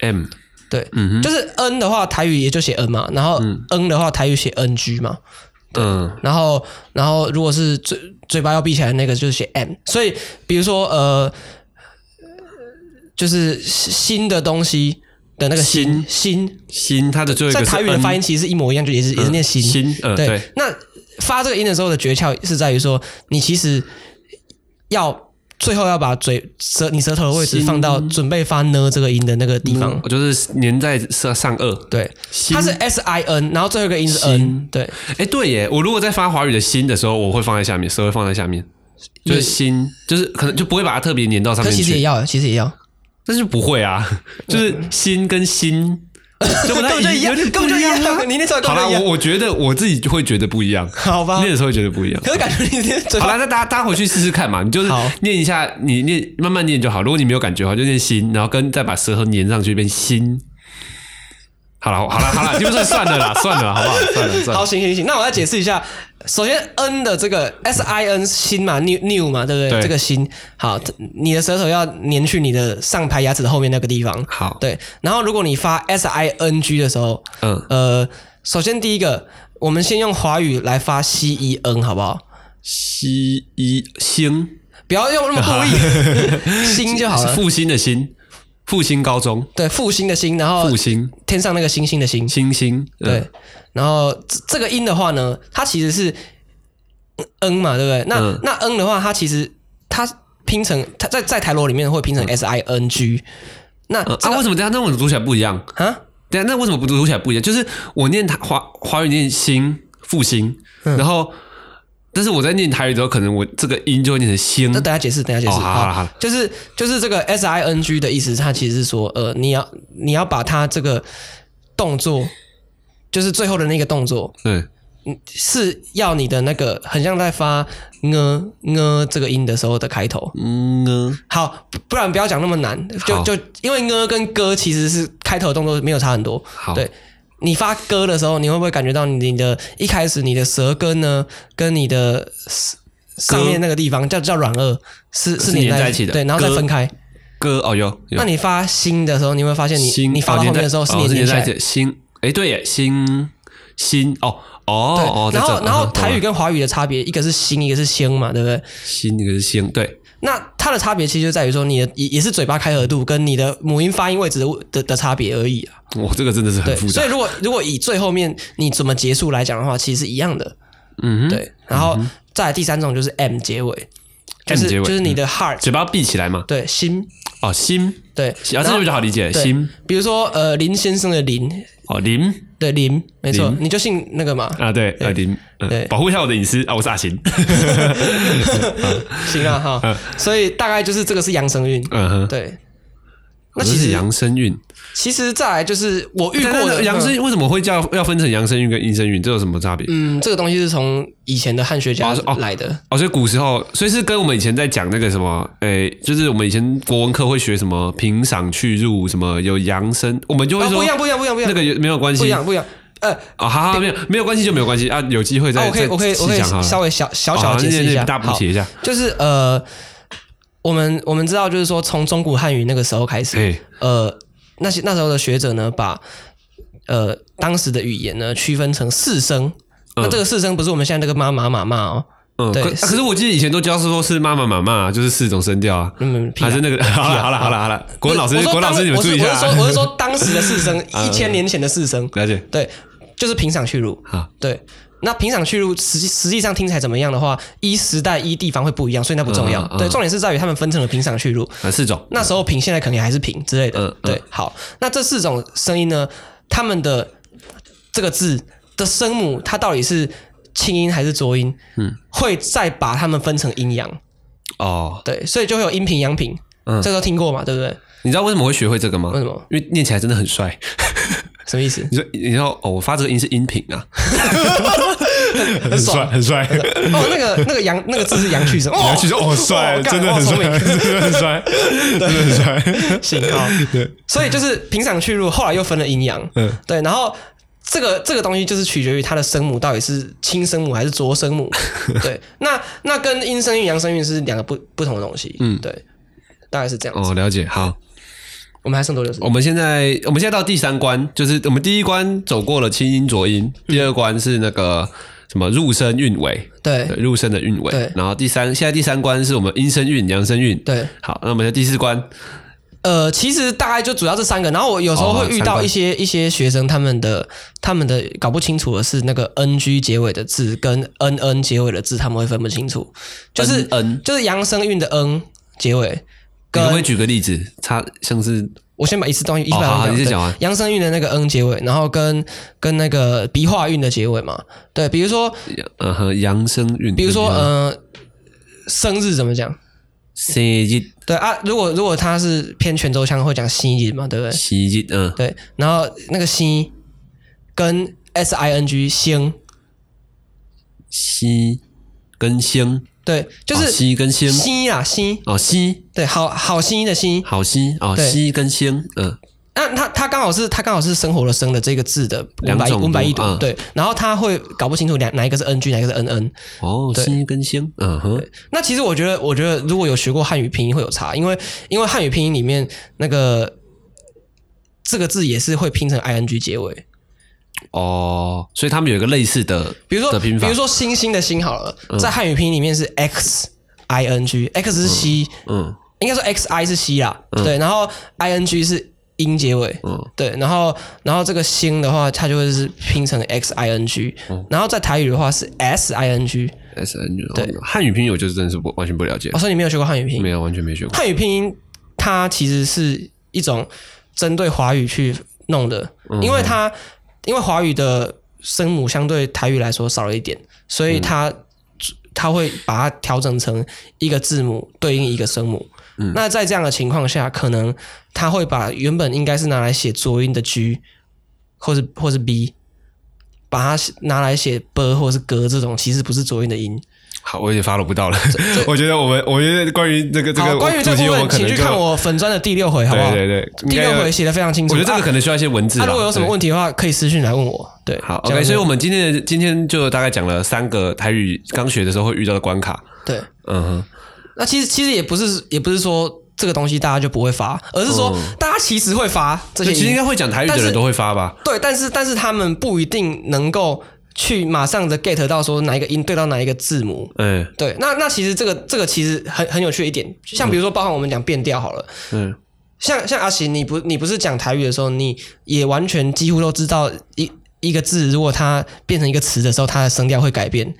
Speaker 2: ，m
Speaker 1: 对，
Speaker 2: 嗯
Speaker 1: 就是 n 的话，台语也就写 n 嘛，然后 n 的话，台语写 ng 嘛，
Speaker 2: 嗯
Speaker 1: 然后然后如果是嘴嘴巴要闭起来的那个就是写 m，所以比如说呃，就是新的东西的那个新新，
Speaker 2: 心，它的最后一
Speaker 1: 在
Speaker 2: 个
Speaker 1: 台语的发音其实是一模一样，就也是也是念新。
Speaker 2: 心，嗯
Speaker 1: 对，
Speaker 2: 对，
Speaker 1: 那发这个音的时候的诀窍是在于说，你其实要最后要把嘴舌你舌头的位置
Speaker 2: 新
Speaker 1: 放到准备发呢这个音的那个地方。
Speaker 2: 嗯就是粘在上上颚。
Speaker 1: 对，
Speaker 2: 心
Speaker 1: 它是 S I N，然后最后一个音是 N，
Speaker 2: 心
Speaker 1: 对，
Speaker 2: 哎，对耶，我如果在发华语的心的时候，我会放在下面，舌会放在下面，就是心，就是可能就不会把它特别粘到上
Speaker 1: 可
Speaker 2: 面
Speaker 1: 其实也
Speaker 2: 去。
Speaker 1: 要，其实也要，
Speaker 2: 但是不会啊，就是心 跟心。就
Speaker 1: 根
Speaker 2: 不太
Speaker 1: 本就一样，
Speaker 2: 有点
Speaker 1: 根本
Speaker 2: 不
Speaker 1: 就一
Speaker 2: 样啊
Speaker 1: 样。你那时候根
Speaker 2: 好啦，
Speaker 1: 本就一样，
Speaker 2: 我我觉得我自己会觉得不一样，
Speaker 1: 好吧
Speaker 2: 念？的时候会觉得不 一样。
Speaker 1: 可是感觉你今天嘴
Speaker 2: 好
Speaker 1: 巴
Speaker 2: 啦，那大家大家回去试试看嘛，你就是
Speaker 1: 好
Speaker 2: 念一下，你念慢慢念就好。如果你没有感觉的话，就念心，然后跟再把舌头粘上去变心。好了，好了，好了，就是算了啦，算了啦，好不好？算了，算
Speaker 1: 好，
Speaker 2: 了。
Speaker 1: 行行行，那我再解释一下。首先，n 的这个 s i n 新嘛，new new 嘛，对不对？
Speaker 2: 对
Speaker 1: 这个新，好，你的舌头要粘去你的上排牙齿的后面那个地方。
Speaker 2: 好
Speaker 1: 对。然后，如果你发 s i n g 的时候，
Speaker 2: 嗯，
Speaker 1: 呃，首先第一个，我们先用华语来发 c e n 好不好？
Speaker 2: 西一星
Speaker 1: 不要用那么故意，心就好
Speaker 2: 是
Speaker 1: 了。
Speaker 2: 复兴的兴，复兴高中，
Speaker 1: 对，复兴的兴，然后
Speaker 2: 复兴
Speaker 1: 天上那个星星的星，
Speaker 2: 星星，嗯
Speaker 1: 对，。然后这这个音的话呢，它其实是 n 嘛，对不对？那、
Speaker 2: 嗯
Speaker 1: 那 n 的话，它其实它拼成它在在台罗里面会拼成 s i n g。那
Speaker 2: 嗯
Speaker 1: 这
Speaker 2: 啊，
Speaker 1: 个
Speaker 2: 为什么这样？那为什么读起来不一样？
Speaker 1: 啊，
Speaker 2: 对啊，那为什么不读起来不一样？就是我念台华华语念新复兴，
Speaker 1: 嗯
Speaker 2: 然后但是我在念台语的时候，可能我这个音就会念成兴
Speaker 1: 那、。等下解释，等下解释。
Speaker 2: 哦好好好
Speaker 1: 就是就是这个 s i n g 的意思，它其实是说，呃，你要你要把它这个动作，就是最后的那个动作，
Speaker 2: 对，
Speaker 1: 是要你的那个很像在发呢呢这个音的时候的开头。
Speaker 2: 嗯
Speaker 1: 呃
Speaker 2: 呢，
Speaker 1: 好，不不然不要讲那么难，就
Speaker 2: 好
Speaker 1: 就因为呢跟歌其实是开头的动作没有差很多。
Speaker 2: 好，
Speaker 1: 对，你发歌的时候，你会不会感觉到你你的一开始你的舌根呢跟你的上面那个地方叫叫软腭是
Speaker 2: 是
Speaker 1: 连
Speaker 2: 连
Speaker 1: 在
Speaker 2: 在一起的
Speaker 1: 对，然后再
Speaker 2: 歌
Speaker 1: 分开。
Speaker 2: 歌哦有有
Speaker 1: 那你发新的时候，你会发现你
Speaker 2: 新
Speaker 1: 你发到后
Speaker 2: 哦连在
Speaker 1: 面的时候是
Speaker 2: 哦
Speaker 1: 连
Speaker 2: 是
Speaker 1: 连
Speaker 2: 连
Speaker 1: 起来
Speaker 2: 在一。起新哎对耶新新哦哦哦，
Speaker 1: 对，然
Speaker 2: 在
Speaker 1: 后
Speaker 2: 这
Speaker 1: 然
Speaker 2: 嗯
Speaker 1: 后
Speaker 2: 懂
Speaker 1: 台语
Speaker 2: 了
Speaker 1: 跟华语的差别，一个是新，一个是先嘛，对不对？
Speaker 2: 新那个是新对
Speaker 1: 那它的差别其实就在于说，你的也也是嘴巴开合度跟你的母音发音位置的的的差别而已啊。
Speaker 2: 我这个真的是很
Speaker 1: 对，
Speaker 2: 复
Speaker 1: 所
Speaker 2: 杂
Speaker 1: 以，如果如果以最后面你怎么结束来讲的话，其实是一样的。
Speaker 2: 嗯哼，
Speaker 1: 对，然后再来第三种就是 M 结尾，就
Speaker 2: M
Speaker 1: 是
Speaker 2: 结尾嗯
Speaker 1: 就是你的 heart，
Speaker 2: 嘴巴闭起来嘛
Speaker 1: 对心，
Speaker 2: 哦新
Speaker 1: 对，
Speaker 2: 啊
Speaker 1: 然
Speaker 2: 这
Speaker 1: 后
Speaker 2: 个比较好理解
Speaker 1: 对
Speaker 2: 新
Speaker 1: 比如说呃林先生的林，
Speaker 2: 哦林
Speaker 1: 对林，没错
Speaker 2: 林，
Speaker 1: 你就姓那 个嘛，
Speaker 2: 啊对呃林嗯
Speaker 1: 对
Speaker 2: 保护一下我的隐私啊我是 阿行
Speaker 1: 行啊哈，所以大概就是这个是阳声韵，
Speaker 2: 嗯哼。
Speaker 1: 对。
Speaker 2: 那
Speaker 1: 那
Speaker 2: 其
Speaker 1: 其
Speaker 2: 实
Speaker 1: 实
Speaker 2: 扬声韵，
Speaker 1: 其实再来就是我遇
Speaker 2: 但
Speaker 1: 过
Speaker 2: 那
Speaker 1: 的
Speaker 2: 扬
Speaker 1: 嗯
Speaker 2: 声为什么会叫要分成扬声韵跟阴声韵？这有什么差别？
Speaker 1: 嗯，这个东西是从以前的汉学家
Speaker 2: 哦是哦
Speaker 1: 来的。
Speaker 2: 哦，所以古时候，所以是跟我们以前在讲那个什么，诶、就是我们以前国文课会学什么平赏去入，什么有扬声，我们就会
Speaker 1: 哦，
Speaker 2: 说、
Speaker 1: 不一样，不一样，不一样，不一样，
Speaker 2: 那个有没有关
Speaker 1: 不一
Speaker 2: 系啊、
Speaker 1: 样，不一样。呃，
Speaker 2: 哦好好，没有没有关系就没有关系啊，有机会
Speaker 1: 啊，
Speaker 2: 再、
Speaker 1: 我可以，
Speaker 2: 再
Speaker 1: 我可以，
Speaker 2: 细
Speaker 1: 我可以
Speaker 2: 讲好了
Speaker 1: 稍微小小小
Speaker 2: 好
Speaker 1: 的解释
Speaker 2: 那
Speaker 1: 一
Speaker 2: 那
Speaker 1: 下，
Speaker 2: 大补
Speaker 1: 好
Speaker 2: 写一下，
Speaker 1: 就是呃，我们我们知道，就是说从中古汉语那个时候开始，
Speaker 2: 哎，
Speaker 1: 呃，那些那时候的学者呢，把呃当时的语言呢区分成四声。那这个四声不是我们现在这个妈妈妈妈哦，
Speaker 2: 嗯，
Speaker 1: 对
Speaker 2: 可、
Speaker 1: 是
Speaker 2: 啊可是我记得以前都教是说是妈妈妈妈，就是四种声调啊，
Speaker 1: 嗯，屁啊
Speaker 2: 还是那个 好了好了好了好了，国文老师
Speaker 1: 我说
Speaker 2: 国文老
Speaker 1: 当
Speaker 2: 师你们
Speaker 1: 我
Speaker 2: 注
Speaker 1: 是
Speaker 2: 意一下
Speaker 1: 我
Speaker 2: 啊
Speaker 1: 是，说我是说当时的四声，
Speaker 2: 嗯
Speaker 1: 一千年前的四声，
Speaker 2: 了解
Speaker 1: 对，就是平赏去入。
Speaker 2: 好，
Speaker 1: 对，那平赏去入实际实际上听起来怎么样的话，依时代依地方会不一样，所以那不重要。
Speaker 2: 嗯嗯嗯
Speaker 1: 对，重点是在于他们分成了平赏去入，
Speaker 2: 啊四种，
Speaker 1: 那时候平现在肯定还是平之类的。
Speaker 2: 嗯嗯
Speaker 1: 对，好，那这四种声音呢，他们的这个字的声母，它到底是清音还是浊音？嗯，会再把它们分成阴阳。
Speaker 2: 哦，
Speaker 1: 对，所以就会有阴平阳平。
Speaker 2: 嗯
Speaker 1: 这个都听过嘛？对不对？
Speaker 2: 你知道为什么会学会这个吗？
Speaker 1: 为什么？
Speaker 2: 因为念起来真的很帅。
Speaker 1: 什么意思？
Speaker 2: 你说，你知道哦，我发这个音是音频啊，很
Speaker 1: 爽
Speaker 2: 很帅。
Speaker 1: 哦，那个那个阳那个字是阳去声，哦，
Speaker 2: 然后其实哦，帅，
Speaker 1: 哦干
Speaker 2: 真的很
Speaker 1: 哇
Speaker 2: 帅，
Speaker 1: 聪明
Speaker 2: 真的很帅，真的很 帅。
Speaker 1: 行好，
Speaker 2: 对，
Speaker 1: 所以就是平常去入，后来又分了阴阳，
Speaker 2: 嗯
Speaker 1: 对，然后这个这个东西就是取决于它的声母到底是清声母还是浊声 母，对，那那跟阴声韵、阳声韵是两个不不同的东西，嗯，对，大概是这样子。
Speaker 2: 哦，了解。好，
Speaker 1: 我们还剩多久时间？
Speaker 2: 我们现在我们现在到第三关，就是我们第一关走过了清音浊音，第二关是那个什么入声韵尾，
Speaker 1: 对
Speaker 2: 对，入声的韵尾
Speaker 1: 对。
Speaker 2: 然后第三，现在第三关是我们阴声韵、阳声韵。
Speaker 1: 对，
Speaker 2: 好，那我们在第四关，
Speaker 1: 呃，其实大概就主要这三个，然后我有时候
Speaker 2: 哦
Speaker 1: 会遇
Speaker 2: 三
Speaker 1: 到
Speaker 2: 个
Speaker 1: 一些、一些学生，他们的他们的搞不清楚的是那个 N G 结尾的字跟 N N 结尾的字，他们会分不清楚，就是
Speaker 2: N，
Speaker 1: 就是阳声韵的 N 结尾，
Speaker 2: 你
Speaker 1: 跟
Speaker 2: 可不可以举个例子？差像是
Speaker 1: 我先把一次东西一般
Speaker 2: 哦好好你先讲完
Speaker 1: 阳声韵的那个 n 结尾，然后跟跟那个鼻化韵的结尾嘛。对，比如说
Speaker 2: 呃和阳声韵，
Speaker 1: 比如说呃，生日怎么讲？
Speaker 2: 生日
Speaker 1: 对啊，如果如果他是偏泉州腔，会讲新日嘛，对不对？
Speaker 2: 生日，嗯，
Speaker 1: 对，然后那个新跟 S I N G 星，
Speaker 2: 西跟星，
Speaker 1: 对，就是
Speaker 2: 哦西跟星，
Speaker 1: 新啊新，
Speaker 2: 哦西，
Speaker 1: 对，好好新的新。
Speaker 2: 好西，哦
Speaker 1: 对
Speaker 2: 西跟星，嗯，
Speaker 1: 那他他刚好是他刚好是生活的生的这个字的文
Speaker 2: 两
Speaker 1: 白
Speaker 2: 种读
Speaker 1: 文白一读，
Speaker 2: 嗯
Speaker 1: 对，然后他会搞不清楚两哪一个是 N G，哪一个是 N N。
Speaker 2: 哦
Speaker 1: 对
Speaker 2: 西跟星，嗯哼，
Speaker 1: 那其实我觉得，我觉得如果有学过汉语拼音会有差，因为因为汉语拼音里面那个这个字也是会拼成 i n g 结尾。
Speaker 2: 哦，所以他们有一个类似的，
Speaker 1: 比如说，
Speaker 2: 的
Speaker 1: 比
Speaker 2: 拼法嗯
Speaker 1: 如，说“星星”的“星”好了，在汉语拼音里面是 x i n g，x 是西，
Speaker 2: 嗯
Speaker 1: 应该说 x i 是西啦，对，然后 i n g 是音结尾，
Speaker 2: 嗯，
Speaker 1: 对，然后然后这个“星”的话，它就会是拼成 x i n g，然
Speaker 2: 嗯
Speaker 1: 后在台语的话是 s i n g。
Speaker 2: S N 哦
Speaker 1: 对
Speaker 2: 汉语拼音我就是真的是不完全不了解
Speaker 1: 我，说哦你没有学过汉语拼音
Speaker 2: 没。有完全没学过，
Speaker 1: 汉语拼音它其实是一种针对华语去弄的，
Speaker 2: 嗯
Speaker 1: 因为它因为华语的声母相对台语来说少了一点，所以它、
Speaker 2: 嗯
Speaker 1: 它会把它调整成一个字母对应一个声母。
Speaker 2: 嗯
Speaker 1: 那在这样的情况下，可能它会把原本应该是拿来写浊音的 G，或是或是 B。把它拿来写 b 或是 g 这种，其实不是浊音的音。
Speaker 2: 好，我有点 follow 不到了，我觉得我们，我觉得关于这个这
Speaker 1: 好，
Speaker 2: 个
Speaker 1: 关于这部
Speaker 2: 主题，我
Speaker 1: 分，
Speaker 2: 们可
Speaker 1: 请
Speaker 2: 能
Speaker 1: 去
Speaker 2: 就
Speaker 1: 看我粉砖的第六回，好不好？
Speaker 2: 对对对，应
Speaker 1: 第
Speaker 2: 该
Speaker 1: 六
Speaker 2: 有
Speaker 1: 回写的非常清楚。
Speaker 2: 我觉得这个可
Speaker 1: 啊
Speaker 2: 能需要一些文字啦。
Speaker 1: 啊如果有什么
Speaker 2: 对
Speaker 1: 问题的话，可以私信来问我。对，
Speaker 2: 好
Speaker 1: 这样
Speaker 2: ，OK，
Speaker 1: 子
Speaker 2: 所以我们今天的今天就大概讲了三个台语刚学的时候会遇到的关卡。
Speaker 1: 对，
Speaker 2: 嗯哼，
Speaker 1: 那其实其实也不是也不是说这个东西大家就不会发，而是说大家其实会发这
Speaker 2: 就
Speaker 1: 些
Speaker 2: 嗯其实应
Speaker 1: 音
Speaker 2: 该，会讲台语的
Speaker 1: 但
Speaker 2: 人
Speaker 1: 是
Speaker 2: 都会发吧？
Speaker 1: 对，但是但是他们不一定能够去马上的 get 到说哪一个音对到哪一个字母。
Speaker 2: 嗯
Speaker 1: 对，那那其实这个这个其实很很有趣的一点，像比如说包含我们讲变调好了，
Speaker 2: 嗯，
Speaker 1: 像像阿行，你不你不是讲台语的时候，你也完全几乎都知道一一个字，如果它变成一个词的时候，它的声调会改变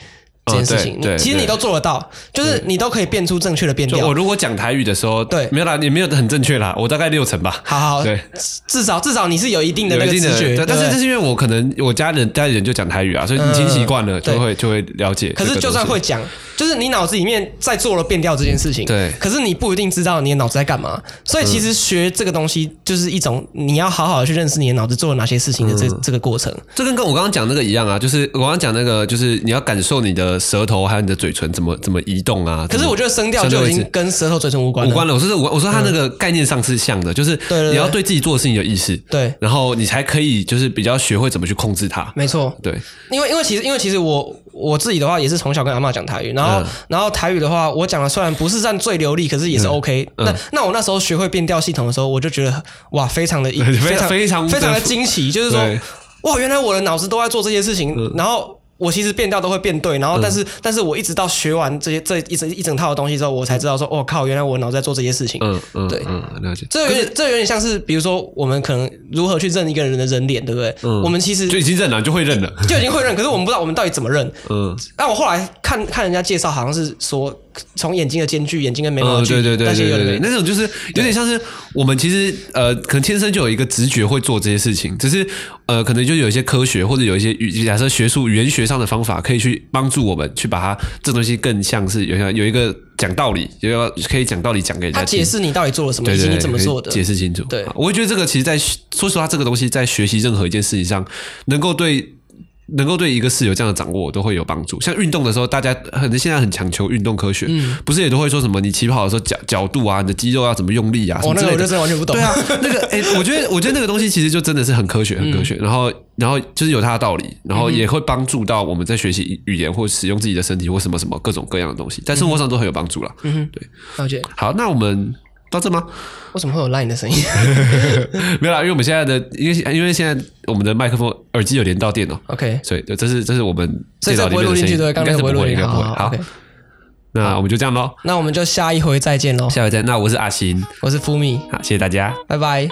Speaker 1: 这件事情。
Speaker 2: 哦对对
Speaker 1: 你其实
Speaker 2: 对
Speaker 1: 你都做得到，就是你都可以变出正确的变
Speaker 2: 就
Speaker 1: 调。
Speaker 2: 我如果讲台语的时候，
Speaker 1: 对
Speaker 2: 没有啦，也没有很正确啦，我大概六成吧。
Speaker 1: 好好，
Speaker 2: 对，
Speaker 1: 至少至少你是有一定的那
Speaker 2: 有
Speaker 1: 个
Speaker 2: 一
Speaker 1: 直
Speaker 2: 定的
Speaker 1: 觉，
Speaker 2: 对
Speaker 1: 对
Speaker 2: 但是
Speaker 1: 不
Speaker 2: 这
Speaker 1: 对嗯
Speaker 2: 是因为我可能我家人家里人就讲台语啊，所以你听习惯了，
Speaker 1: 对
Speaker 2: 就会就会了解这
Speaker 1: 可
Speaker 2: 个东西。
Speaker 1: 是就算会讲，就是你脑子里面在做了变调这件事情，
Speaker 2: 对嗯
Speaker 1: 可是你不一定知道你的脑子在干嘛，所以其实学这个东西就是一种你要好好的去认识你的脑子做了哪些事情的
Speaker 2: 嗯
Speaker 1: 这、这个过程。
Speaker 2: 这跟跟我刚刚讲那个一样啊，就是我刚刚讲那个，就是你要感受你的舌头还有你的嘴唇怎么怎么移动啊。
Speaker 1: 可是我觉
Speaker 2: 得
Speaker 1: 得声调
Speaker 2: 相对
Speaker 1: 就已
Speaker 2: 位
Speaker 1: 经
Speaker 2: 置
Speaker 1: 跟舌头、嘴唇无关
Speaker 2: 无
Speaker 1: 了。
Speaker 2: 关了，我说是我我说它那个概念上是像的，就是
Speaker 1: 对对
Speaker 2: 你要对自己做的事情有意识，
Speaker 1: 对，
Speaker 2: 然后你才可以就是比较学会怎么去控制它。
Speaker 1: 没错，
Speaker 2: 对，
Speaker 1: 因为因为其实因为其实我我自己的话也是从小跟阿嬷讲台语，然后、
Speaker 2: 嗯
Speaker 1: 然后台语的话我讲的虽然不是算最流利，可是也
Speaker 2: 嗯
Speaker 1: 是 OK、那那我那时候学会变调系统的时候，我就觉得哇，非常的意
Speaker 2: 非
Speaker 1: 常非
Speaker 2: 非常
Speaker 1: 常的惊奇，就是说
Speaker 2: 对嗯
Speaker 1: 哇，原来我的脑子都在做这些事情，然后。我其实变调都会变对，然后但是、但是我一直到学完这些这一整一整套的东西之后，我才知道说，我、哦靠，原来我脑子在做这些事情。
Speaker 2: 嗯嗯，
Speaker 1: 对
Speaker 2: 嗯，了解。
Speaker 1: 这有点这有点像是，比如说我们可能如何去认一个人的人脸，对不对？
Speaker 2: 嗯
Speaker 1: 我们其实
Speaker 2: 就已经认了，就会认了。
Speaker 1: 就已经会认，可是我们不知道我们到底怎么认。
Speaker 2: 嗯，
Speaker 1: 但我后来看看人家介绍，好像是说从眼睛的间距、眼睛跟眉毛的距
Speaker 2: 对
Speaker 1: 离，
Speaker 2: 哦嗯对对
Speaker 1: 那
Speaker 2: 对
Speaker 1: 些有
Speaker 2: 对
Speaker 1: 点
Speaker 2: 对，那种就是有点像是我们其实呃，可能天生就有一个直觉会做这些事情，只是呃，可能就有一些科学或者有一些语，假设学术语言学上的方法，可以去帮助我们去把它这东西更像是有像有一个讲道理，有一个可以讲道理讲给人家
Speaker 1: 他
Speaker 2: 听。
Speaker 1: 解释你到底做了什么，
Speaker 2: 对
Speaker 1: 以
Speaker 2: 对
Speaker 1: 及
Speaker 2: 对，
Speaker 1: 你怎么做的
Speaker 2: 可以。解释清楚。
Speaker 1: 对
Speaker 2: 好我会觉得这个其实在学说实话，这个东西在学习任何一件事情上，能够对。能够对一个事有这样的掌握，都会有帮助。像运动的时候，大家很现在很强求运动科学，
Speaker 1: 嗯
Speaker 2: 不是也都会说什么你起跑的时候角角度啊，你的肌肉要怎么用力啊，什
Speaker 1: 我、
Speaker 2: 么
Speaker 1: 哦那
Speaker 2: 之
Speaker 1: 个
Speaker 2: 类
Speaker 1: 我就
Speaker 2: 的
Speaker 1: 真。的完全不懂。
Speaker 2: 对啊，那个哎、我觉得我觉得那个东西其实就真的是很科学，很
Speaker 1: 嗯
Speaker 2: 科学。然后然后就是有它的道理，然后也会帮助到我们在学习语言或使用自己的身体或什么什么各种各样的东西，在生活上都很有帮助啦。
Speaker 1: 嗯了解，
Speaker 2: 好，那我们到这吗？
Speaker 1: 为什么会有 line 的声音？
Speaker 2: 没有啦，因为我们现在的，因为因为现在我们的麦克风耳机有连到电脑，
Speaker 1: OK，
Speaker 2: 所以对，这是这是我们
Speaker 1: 所以
Speaker 2: 电脑
Speaker 1: 这
Speaker 2: 里
Speaker 1: 不会
Speaker 2: 面
Speaker 1: 录
Speaker 2: 的
Speaker 1: 进
Speaker 2: 声
Speaker 1: 去对不
Speaker 2: 音，
Speaker 1: 对？
Speaker 2: 应
Speaker 1: 刚
Speaker 2: 该
Speaker 1: 才
Speaker 2: 是
Speaker 1: 不
Speaker 2: 不
Speaker 1: 会录
Speaker 2: 会，
Speaker 1: 进
Speaker 2: 应
Speaker 1: 去。
Speaker 2: 该不
Speaker 1: 好好
Speaker 2: 会。好
Speaker 1: ，OK，，
Speaker 2: 那我们就这样喽，
Speaker 1: 那我们就下一回再见喽。
Speaker 2: 下回再。那我是阿星，
Speaker 1: 我是 Fumi，
Speaker 2: 好，谢谢大家。
Speaker 1: 拜拜。